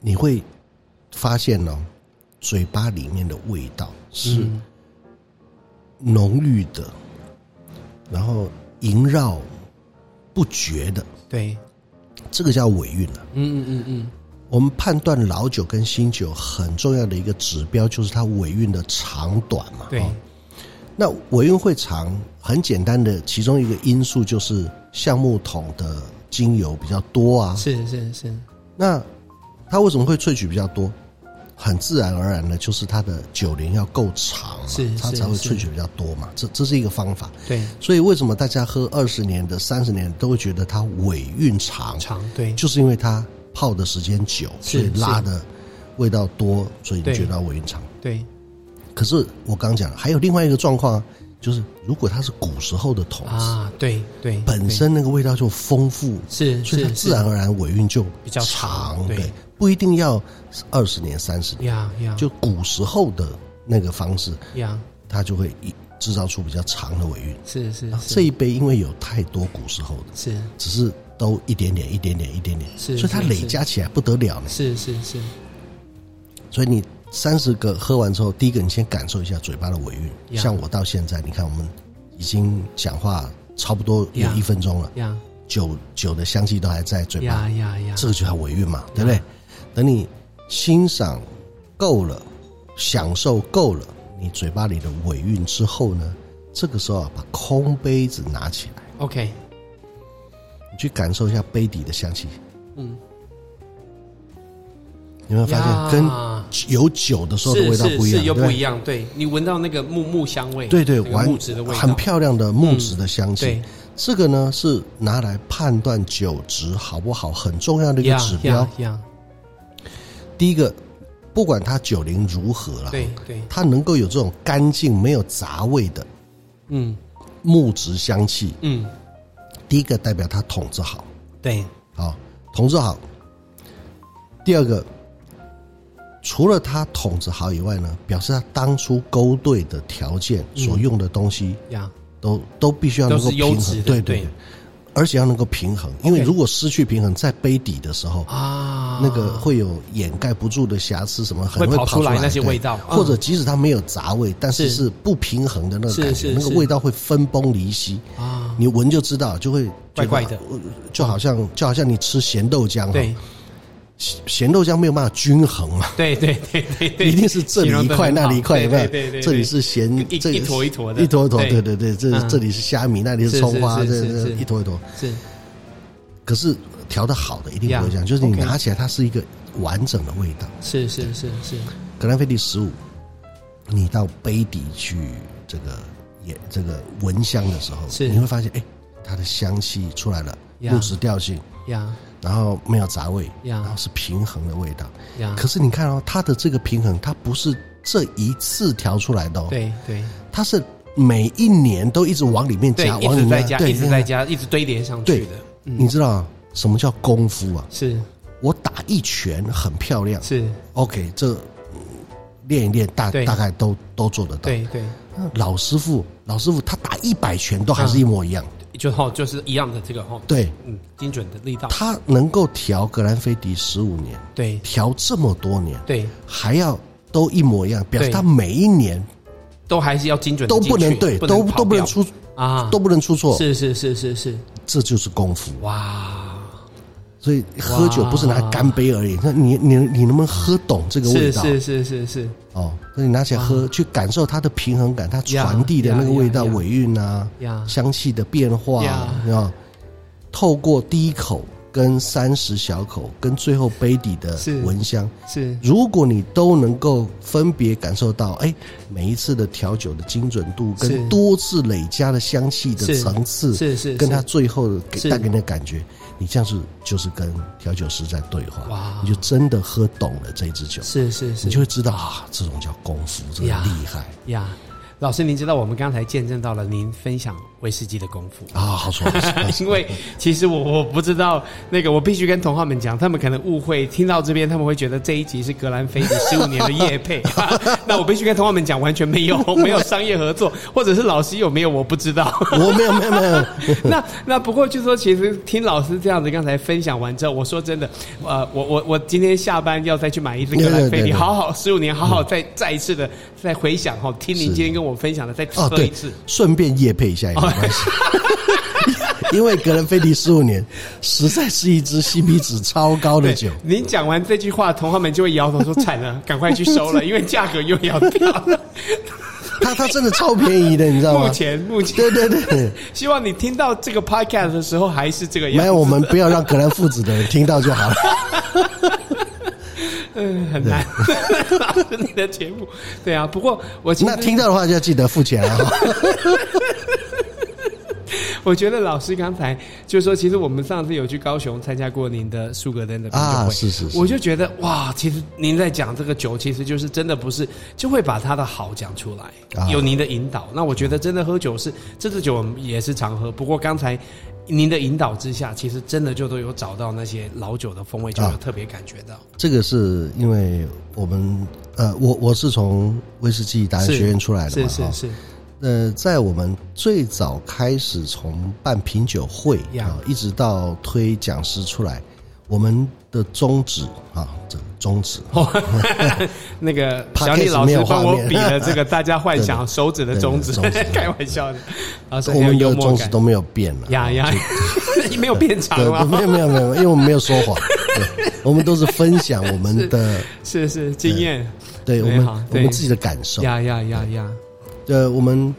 Speaker 2: 你会发现哦，嘴巴里面的味道是浓郁的，然后萦绕不绝的，
Speaker 1: 对，
Speaker 2: 这个叫尾韵啊。
Speaker 1: 嗯嗯嗯嗯，
Speaker 2: 我们判断老酒跟新酒很重要的一个指标就是它尾韵的长短嘛。
Speaker 1: 对
Speaker 2: 哦，那尾韵会长，很简单的，其中一个因素就是橡木桶的精油比较多啊。
Speaker 1: 是是是，
Speaker 2: 那它为什么会萃取比较多？很自然而然的，就是它的酒龄要够长嘛
Speaker 1: 是，
Speaker 2: 它
Speaker 1: 是
Speaker 2: 才会
Speaker 1: 是
Speaker 2: 萃取比较多嘛。这这是一个方法。
Speaker 1: 对，
Speaker 2: 所以为什么大家喝二十年的、三十年的都会觉得它尾韵长，
Speaker 1: 长对，
Speaker 2: 就是因为它泡的时间久，
Speaker 1: 是
Speaker 2: 所以拉
Speaker 1: 是
Speaker 2: 的味道多，所以你
Speaker 1: 对
Speaker 2: 觉得它尾韵长。
Speaker 1: 对，
Speaker 2: 可是我刚讲了，还有另外一个状况啊，就是如果它是古时候的桶子，
Speaker 1: 啊，对对，
Speaker 2: 本身那个味道就丰富，
Speaker 1: 是
Speaker 2: 所以它
Speaker 1: 是
Speaker 2: 自然而然尾韵就
Speaker 1: 比较长
Speaker 2: 长，
Speaker 1: 对
Speaker 2: 对，不一定要二十年、三十年，
Speaker 1: 呀呀
Speaker 2: 就古时候的那个方式，
Speaker 1: 呀，
Speaker 2: 它就会一制造出比较长的尾韵。
Speaker 1: 是是是
Speaker 2: 这一杯因为有太多古时候的，
Speaker 1: 是
Speaker 2: 只是都一点点、一点点、一点点，
Speaker 1: 是
Speaker 2: 所以它
Speaker 1: 是
Speaker 2: 累
Speaker 1: 是
Speaker 2: 加起来不得了呢。
Speaker 1: 是是是
Speaker 2: 所以你三十个喝完之后，第一个你先感受一下嘴巴的尾韵。
Speaker 1: 呀
Speaker 2: 像我到现在，你看我们已经讲话差不多有
Speaker 1: 呀
Speaker 2: 一分钟了，
Speaker 1: 呀
Speaker 2: 酒酒的香气都还在嘴巴，
Speaker 1: 呀呀呀，
Speaker 2: 这个就叫尾韵嘛，对不对？等你欣赏够了，享受够了，你嘴巴里的尾韵之后呢，这个时候啊，把空杯子拿起来，
Speaker 1: OK，
Speaker 2: 你去感受一下杯底的香气。
Speaker 1: 嗯，
Speaker 2: 你有没有发现跟
Speaker 1: 呀
Speaker 2: 有酒的时候的味道不一
Speaker 1: 是是是
Speaker 2: 样？
Speaker 1: 又
Speaker 2: 对不
Speaker 1: 不
Speaker 2: 对
Speaker 1: 一样，对你闻到那个木木香味，
Speaker 2: 对对，
Speaker 1: 那个
Speaker 2: 完
Speaker 1: 木质的味道，嗯
Speaker 2: 很漂亮的木质的香气。
Speaker 1: 对
Speaker 2: 这个呢是拿来判断酒质好不好很重要的一个
Speaker 1: 呀
Speaker 2: 指标
Speaker 1: 呀。呀，
Speaker 2: 第一个，不管它酒龄如何啦，
Speaker 1: 对对，
Speaker 2: 它能够有这种干净没有杂味的
Speaker 1: 嗯
Speaker 2: 木质香气，
Speaker 1: 嗯，
Speaker 2: 第一个代表它桶子好，
Speaker 1: 对
Speaker 2: 好桶子好。第二个，除了它桶子好以外呢，表示它当初勾兑的条件所用的东西
Speaker 1: 呀，
Speaker 2: 都都必须要
Speaker 1: 都
Speaker 2: 能够
Speaker 1: 是优
Speaker 2: 平
Speaker 1: 质
Speaker 2: 衡，
Speaker 1: 的，
Speaker 2: 对对，而且要能够平衡，因为
Speaker 1: OK
Speaker 2: 如果失去平衡，在杯底的时候，
Speaker 1: 啊，
Speaker 2: 那个会有掩盖不住的瑕疵，什么很
Speaker 1: 会跑
Speaker 2: 跑
Speaker 1: 出来
Speaker 2: 来
Speaker 1: 那些
Speaker 2: 对
Speaker 1: 味道嗯
Speaker 2: 或者即使它没有杂味，但是
Speaker 1: 是
Speaker 2: 是不平衡的那个
Speaker 1: 是
Speaker 2: 感
Speaker 1: 是
Speaker 2: 觉，那个
Speaker 1: 是
Speaker 2: 味道会分崩离析，
Speaker 1: 啊，
Speaker 2: 你闻就知道，就会
Speaker 1: 怪怪，
Speaker 2: 觉
Speaker 1: 的
Speaker 2: 得呃就好像就好像你吃咸豆浆哈，
Speaker 1: 对
Speaker 2: 咸豆浆没有办法均衡嘛，
Speaker 1: 对对对对对，
Speaker 2: 一定是这
Speaker 1: 形
Speaker 2: 里
Speaker 1: 容
Speaker 2: 一
Speaker 1: 得
Speaker 2: 块
Speaker 1: 很
Speaker 2: 那里一
Speaker 1: 好
Speaker 2: 块，
Speaker 1: 对
Speaker 2: 有没有
Speaker 1: 对对对，？
Speaker 2: 这里
Speaker 1: 对
Speaker 2: 是咸
Speaker 1: 一，
Speaker 2: 这里
Speaker 1: 一
Speaker 2: 是
Speaker 1: 坨一坨的
Speaker 2: 一坨一坨，
Speaker 1: 对
Speaker 2: 对对对，这
Speaker 1: 嗯
Speaker 2: 这里是虾米，那里
Speaker 1: 是
Speaker 2: 是葱花，
Speaker 1: 是
Speaker 2: 这
Speaker 1: 是
Speaker 2: 这
Speaker 1: 是
Speaker 2: 一坨一坨。
Speaker 1: 是
Speaker 2: 可是调的好的一定不会这样，
Speaker 1: Yeah，
Speaker 2: 就是你
Speaker 1: OK
Speaker 2: 拿起来它是一个完整的味道。
Speaker 1: 是是是是
Speaker 2: 格兰菲迪十五，你到杯底去这个也这个闻香的时候，
Speaker 1: 是
Speaker 2: 你会发现，哎，它的香气出来了，
Speaker 1: Yeah
Speaker 2: 木质调性，
Speaker 1: 呀
Speaker 2: 然后没有杂味，
Speaker 1: Yeah
Speaker 2: 然后是平衡的味道。
Speaker 1: 呀，
Speaker 2: 可是你看哦，它的这个平衡，它不是这一次调出来的哦，
Speaker 1: 对对
Speaker 2: 它是每一年都一直往里面
Speaker 1: 对
Speaker 2: 加，，
Speaker 1: 一
Speaker 2: 往里
Speaker 1: 直在
Speaker 2: 面
Speaker 1: 加，
Speaker 2: 对，
Speaker 1: 一直在加，嗯一直堆叠上去的，
Speaker 2: 你知道啊什么叫功夫啊？
Speaker 1: 是
Speaker 2: 我打一拳很漂亮
Speaker 1: 是，
Speaker 2: ，OK，这嗯练一练大
Speaker 1: 对
Speaker 2: 大概都都做得到。
Speaker 1: 对对，
Speaker 2: 那老师傅，老师傅他打一百拳都还是一模一样，
Speaker 1: 就哈就是一样的这个哈，
Speaker 2: 对
Speaker 1: 嗯，精准的力道，
Speaker 2: 他能够调格兰菲迪十五年，
Speaker 1: 对
Speaker 2: 调这么多年，
Speaker 1: 对，
Speaker 2: 还要都一模一样，表示
Speaker 1: 对
Speaker 2: 他每一年
Speaker 1: 都还是要精准地
Speaker 2: 都
Speaker 1: 进去，
Speaker 2: 不能对，都
Speaker 1: 跑
Speaker 2: 都不能
Speaker 1: 掉
Speaker 2: 出
Speaker 1: 啊，
Speaker 2: 都不能出错，
Speaker 1: 是是是是是，
Speaker 2: 这就是功夫。
Speaker 1: 哇，
Speaker 2: 所以喝酒
Speaker 1: 哇
Speaker 2: 不是拿来干杯而已，那你你你能不能喝懂这个味
Speaker 1: 是
Speaker 2: 道？
Speaker 1: 是是是是，
Speaker 2: 哦，那你拿起来喝，去感受它的平衡感，它传递的那个味道、
Speaker 1: 呀呀呀
Speaker 2: 尾韵啊
Speaker 1: 呀
Speaker 2: 香气的变化
Speaker 1: 呀
Speaker 2: 啊，啊透过第一口跟三十小口跟最后杯底的
Speaker 1: 是
Speaker 2: 闻香，
Speaker 1: 是
Speaker 2: 如果你都能够分别感受到，哎，每一次的调酒的精准度
Speaker 1: 是
Speaker 2: 跟多次累加的香气的
Speaker 1: 是
Speaker 2: 层次，
Speaker 1: 是是，
Speaker 2: 跟它
Speaker 1: 是
Speaker 2: 最后的给
Speaker 1: 是
Speaker 2: 带给你的感觉，你这样是就是跟调酒师在对话
Speaker 1: 哇，
Speaker 2: 你就真的喝懂了这一支酒。
Speaker 1: 是是是
Speaker 2: 你就会知道啊，这种叫功夫，这个
Speaker 1: 呀
Speaker 2: 厉害
Speaker 1: 呀，老师，您知道我们刚才见证到了您分享威士忌的功夫。
Speaker 2: 啊，好爽！好爽
Speaker 1: 因为其实我我不知道那个，我必须跟同好们讲，他们可能误会，听到这边他们会觉得这一集是格兰菲迪 十五年的业配、 那我必须跟同好们讲，完全没有没有商业合作，或者是老师有没有我不知道。
Speaker 2: 我没有没有没有，
Speaker 1: 那那不过就说，其实听老师这样子刚才分享完之后，我说真的，呃，我我我今天下班要再去买一支格兰
Speaker 2: 对
Speaker 1: 菲
Speaker 2: 对
Speaker 1: 迪，
Speaker 2: 对
Speaker 1: 好好十五年，好好再再一次的再回想哈，听您
Speaker 2: 是
Speaker 1: 今天跟我分享的，再
Speaker 2: 哦
Speaker 1: 喝一
Speaker 2: 对
Speaker 1: 次。，哦
Speaker 2: 顺便夜配一下也没关系。 因为格兰菲迪十五年实在是一支 CP 值超高的
Speaker 1: 对
Speaker 2: 酒，
Speaker 1: 您讲完这句话，同行们就会摇头说：“惨了，赶快去收了，因为价格又要掉了。
Speaker 2: 它它真的超便宜的，你知”道
Speaker 1: 目
Speaker 2: 吗？
Speaker 1: 前，目前，
Speaker 2: 对对对，
Speaker 1: 希望你听到这个 podcast 的时候还是这个
Speaker 2: 没
Speaker 1: 样
Speaker 2: 有
Speaker 1: 子，
Speaker 2: 我们不要让格兰父子的人听到 就好了。
Speaker 1: 嗯，很难。 你的节目，对啊。不过我其实
Speaker 2: 那听到的话就要记得付钱啊。
Speaker 1: 我觉得老师刚才就说，其实我们上次有去高雄参加过您的苏格登的
Speaker 2: 啊
Speaker 1: 啊，
Speaker 2: 是是是
Speaker 1: 我就觉得哇，其实您在讲这个酒，其实就是真的不是就会把它的好讲出来，
Speaker 2: 啊
Speaker 1: 有您的引导。那我觉得真的喝酒是这支酒我们也是常喝，不过刚才。您的引导之下，其实真的就都有找到那些老酒的风味，就有
Speaker 2: 啊
Speaker 1: 特别感觉到。
Speaker 2: 这个是因为我们呃，我我是从威士忌达人
Speaker 1: 是
Speaker 2: 学院出来的
Speaker 1: 是
Speaker 2: 嘛，
Speaker 1: 是
Speaker 2: 哈
Speaker 1: 是，
Speaker 2: 呃，在我们最早开始从办品酒会
Speaker 1: 呀
Speaker 2: 啊，一直到推讲师出来，我们的宗旨啊，这个宗旨
Speaker 1: 哦那个小李
Speaker 2: Podcast
Speaker 1: 老
Speaker 2: 没
Speaker 1: 师
Speaker 2: 有
Speaker 1: 帮
Speaker 2: 画
Speaker 1: 我
Speaker 2: 面
Speaker 1: 比了这个大家幻想手指的中指
Speaker 2: 对对，
Speaker 1: 开玩笑的，老师
Speaker 2: 我
Speaker 1: 很有
Speaker 2: 们
Speaker 1: 幽
Speaker 2: 的
Speaker 1: 默
Speaker 2: 宗旨
Speaker 1: 感
Speaker 2: 都。没有变了。
Speaker 1: 呀呀，没有变长
Speaker 2: 对，对
Speaker 1: 吗？
Speaker 2: 没有没有没有，因为我们没有说 谎，对我们都是分享我们的，
Speaker 1: 是是经验。
Speaker 2: 对我
Speaker 1: 美
Speaker 2: 们
Speaker 1: 好
Speaker 2: 我
Speaker 1: 对
Speaker 2: 们自己的感受。
Speaker 1: 呀呀呀呀！
Speaker 2: 呃，我们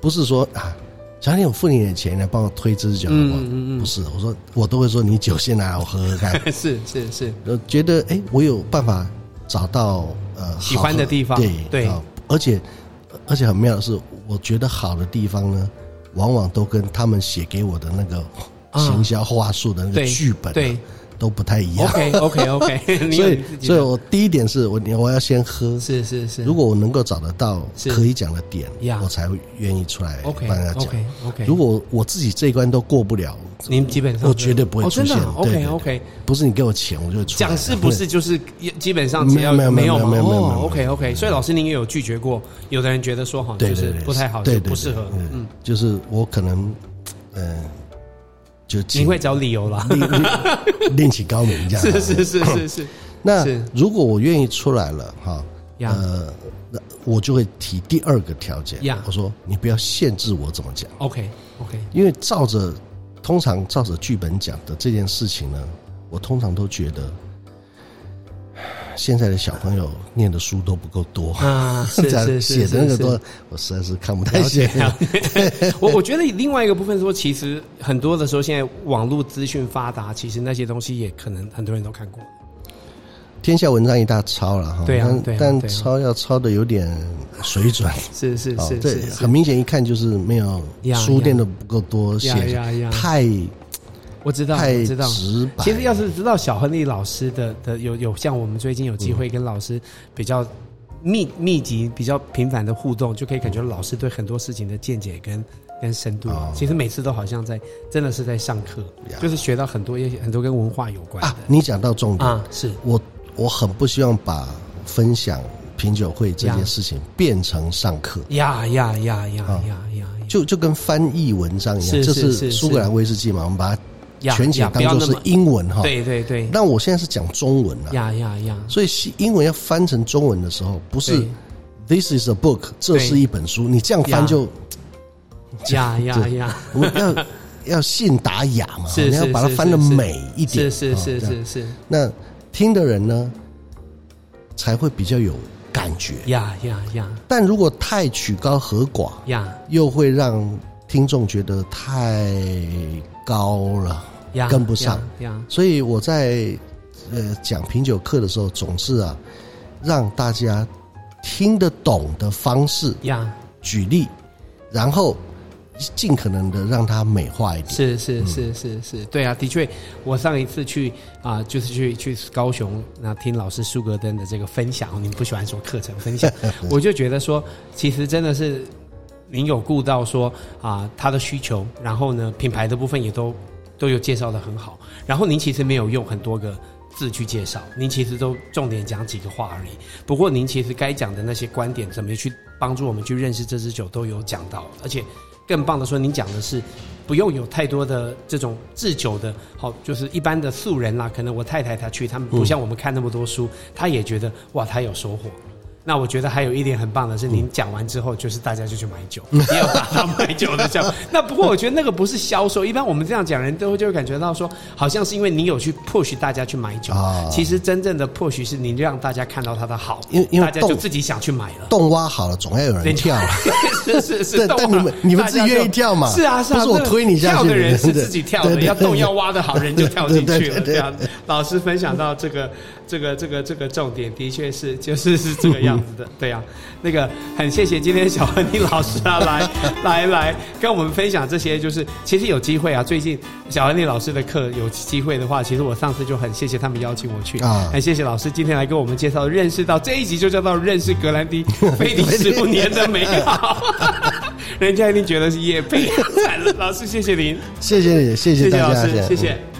Speaker 2: 不是说啊，小李，我付你点钱来帮我推这支酒好不好？
Speaker 1: 嗯
Speaker 2: 不是，我说我都会说你酒先拿我喝喝看，
Speaker 1: 是是是，
Speaker 2: 呃，觉得哎，我有办法找到呃
Speaker 1: 喜欢的地方
Speaker 2: 好喝对
Speaker 1: 对
Speaker 2: 啊而且而且很妙的是，我觉得好的地方呢，往往都跟他们写给我的那个
Speaker 1: 啊
Speaker 2: 行销话术的那个
Speaker 1: 对
Speaker 2: 剧本、啊、
Speaker 1: 对
Speaker 2: 都不太一样。
Speaker 1: OK OK OK，你
Speaker 2: 所
Speaker 1: 有
Speaker 2: 以
Speaker 1: 你自，己
Speaker 2: 所以
Speaker 1: 的
Speaker 2: 我第一点是我我要先喝，
Speaker 1: 是是是，
Speaker 2: 如果我能够找得到
Speaker 1: 是
Speaker 2: 可以讲的点
Speaker 1: 呀，
Speaker 2: 我才会愿意出来
Speaker 1: OK
Speaker 2: 帮他讲。
Speaker 1: OK OK，
Speaker 2: 如果我自己这一关都过不了，
Speaker 1: 您基本上
Speaker 2: 我绝对不会
Speaker 1: 哦
Speaker 2: 出
Speaker 1: 真的
Speaker 2: 现。
Speaker 1: 啊 OK
Speaker 2: 对对对
Speaker 1: OK，
Speaker 2: 不是你给我钱，我就会出来。
Speaker 1: 讲师不是就是基本上只要
Speaker 2: 没有没有
Speaker 1: 吗
Speaker 2: 没有没有没有
Speaker 1: 哦
Speaker 2: 没有
Speaker 1: OK OK，所以老师您也有拒绝过，有的人觉得说好就
Speaker 2: 对，对
Speaker 1: 是
Speaker 2: 对对，
Speaker 1: 不太好，
Speaker 2: 对
Speaker 1: 就
Speaker 2: 对对
Speaker 1: 不适合，嗯
Speaker 2: 嗯，就是我可能，呃，就请
Speaker 1: 你会找理由啦。
Speaker 2: 另另另起高明这样。
Speaker 1: 是是是是 是，
Speaker 2: 那
Speaker 1: 是啊
Speaker 2: 如果我愿意出来了哈，
Speaker 1: 呀
Speaker 2: 呃，那我就会提第二个条件
Speaker 1: 呀。
Speaker 2: 我说你不要限制我怎么讲。
Speaker 1: OK OK，
Speaker 2: 因为照着通常照着剧本讲的这件事情呢，我通常都觉得唉现在的小朋友念的书都不够多
Speaker 1: 啊 是
Speaker 2: 这样
Speaker 1: 是是
Speaker 2: 写的那个
Speaker 1: 是
Speaker 2: 多，我实在是看不太见。
Speaker 1: 我我觉得另外一个部分说，其实很多的时候，现在网络资讯发达，其实那些东西也可能很多人都看过。
Speaker 2: 天下文章一大抄了哈，
Speaker 1: 对啊
Speaker 2: 但
Speaker 1: 对啊
Speaker 2: 但
Speaker 1: 对啊
Speaker 2: 抄要抄的有点水准。
Speaker 1: 是是
Speaker 2: 哦
Speaker 1: 是
Speaker 2: 这
Speaker 1: 是
Speaker 2: 很
Speaker 1: 是，
Speaker 2: 明显，一看就是没有
Speaker 1: 呀
Speaker 2: 书念的不够多，写
Speaker 1: 呀呀呀
Speaker 2: 太
Speaker 1: 我知道，
Speaker 2: 太
Speaker 1: 我知道。
Speaker 2: 直白。
Speaker 1: 其实要是知道小亨利老师的的有有像我们最近有机
Speaker 2: 嗯
Speaker 1: 会跟老师比较密密集、比较频繁的互动，就可以感觉老师对很多事情的见解跟跟深度
Speaker 2: 哦。
Speaker 1: 其实每次都好像在真的是在上课，
Speaker 2: 呀
Speaker 1: 就是学到很多也很多跟文化有关
Speaker 2: 啊，你讲到重
Speaker 1: 的
Speaker 2: 点
Speaker 1: 啊，是
Speaker 2: 我我很不希望把分享品酒会这件事情变成上课，
Speaker 1: 呀呀呀呀
Speaker 2: 啊
Speaker 1: 呀呀，
Speaker 2: 就就跟翻译文章一样，
Speaker 1: 是
Speaker 2: 这
Speaker 1: 是
Speaker 2: 是
Speaker 1: 是
Speaker 2: 苏格兰威士忌嘛，我们把它
Speaker 1: 呀
Speaker 2: 全写
Speaker 1: 呀不要
Speaker 2: 当做
Speaker 1: 那
Speaker 2: 是
Speaker 1: 么
Speaker 2: 英文哈。
Speaker 1: 对对对，
Speaker 2: 那我现在是讲中文啊，
Speaker 1: 呀呀呀，
Speaker 2: 所以西英文要翻成中文的时候，不是
Speaker 1: 对
Speaker 2: “this is a book”，这
Speaker 1: 对
Speaker 2: 是一本书，你这样翻
Speaker 1: 呀
Speaker 2: 就
Speaker 1: 呀呀
Speaker 2: 对
Speaker 1: 呀，
Speaker 2: 我们要 要信达雅嘛，
Speaker 1: 是
Speaker 2: 你要
Speaker 1: 是
Speaker 2: 把它
Speaker 1: 是
Speaker 2: 翻的
Speaker 1: 是是
Speaker 2: 美一点
Speaker 1: 是。是
Speaker 2: 啊
Speaker 1: 是
Speaker 2: 这样
Speaker 1: 是是，
Speaker 2: 那听的人呢，才会比较有感觉。
Speaker 1: 呀呀呀
Speaker 2: 但如果太曲高和寡，
Speaker 1: 呀
Speaker 2: 又会让听众觉得太高了，
Speaker 1: 呀，
Speaker 2: 跟不上
Speaker 1: 呀呀，
Speaker 2: 所以我在呃讲品酒课的时候，总是啊让大家听得懂的方式
Speaker 1: 呀，
Speaker 2: 举例，然后尽可能的让它美化一点。
Speaker 1: 是是是是是，对啊，的确，我上一次去啊、就是去去高雄，那听老师苏格登的这个分享，你们不喜欢说课程分 享，我就觉得说，其实真的是您有顾到说啊、他的需求，然后呢，品牌的部分也都都有介绍的很好，然后您其实没有用很多个。字去介绍，您其实都重点讲几个话而已。不过您其实该讲的那些观点，怎么去帮助我们去认识这支酒，都有讲到。而且更棒的说，您讲的是不用有太多的这种制酒的，好，就是一般的素人啦。可能我太太她去，他们不像我们看那么多书，她也觉得哇，她有收获。那我觉得还有一点很棒的是，您讲完之后，就是大家就去买 酒，也有达到买酒的效果。那不过我觉得那个不是销售，一般我们这样讲，人都就会感觉到说，好像是因为你有去 push 大家去买酒
Speaker 2: 啊，
Speaker 1: 其实真正的 push 是您让大家看到它的好，
Speaker 2: 因为因为
Speaker 1: 大家就
Speaker 2: 动
Speaker 1: 自己想去买了。
Speaker 2: 洞挖好了，总要有人跳。
Speaker 1: 是是是，
Speaker 2: 对
Speaker 1: 动啊
Speaker 2: 但你们你们自己
Speaker 1: 大家就
Speaker 2: 愿意跳嘛
Speaker 1: 是啊是啊，
Speaker 2: 不是我
Speaker 1: 这个
Speaker 2: 推你下去
Speaker 1: 跳的人是
Speaker 2: 对对
Speaker 1: 自己跳的，
Speaker 2: 对对
Speaker 1: 要动要挖的好，人就跳进去
Speaker 2: 对对
Speaker 1: 了。
Speaker 2: 对对
Speaker 1: 这样，老师分享到这个这个这个这个重点，的确是就是是这个样子的。对啊，那个很谢谢今天小何宁老师啊，来来来跟我们分享这些，就是其实有机会啊，最近小何宁老师的课有机会的话，其实我上次就很谢谢他们邀请我去
Speaker 2: 啊
Speaker 1: 啊，很谢谢老师今天来给我们介绍，认识到这一集就叫到认识格兰迪飞迪十五年的美 好。 人家一定觉得是叶佩，惨了老师，谢谢您，
Speaker 2: 谢谢你，
Speaker 1: 谢
Speaker 2: 谢
Speaker 1: 谢
Speaker 2: 谢大
Speaker 1: 老
Speaker 2: 家，
Speaker 1: 师，谢谢。
Speaker 2: 嗯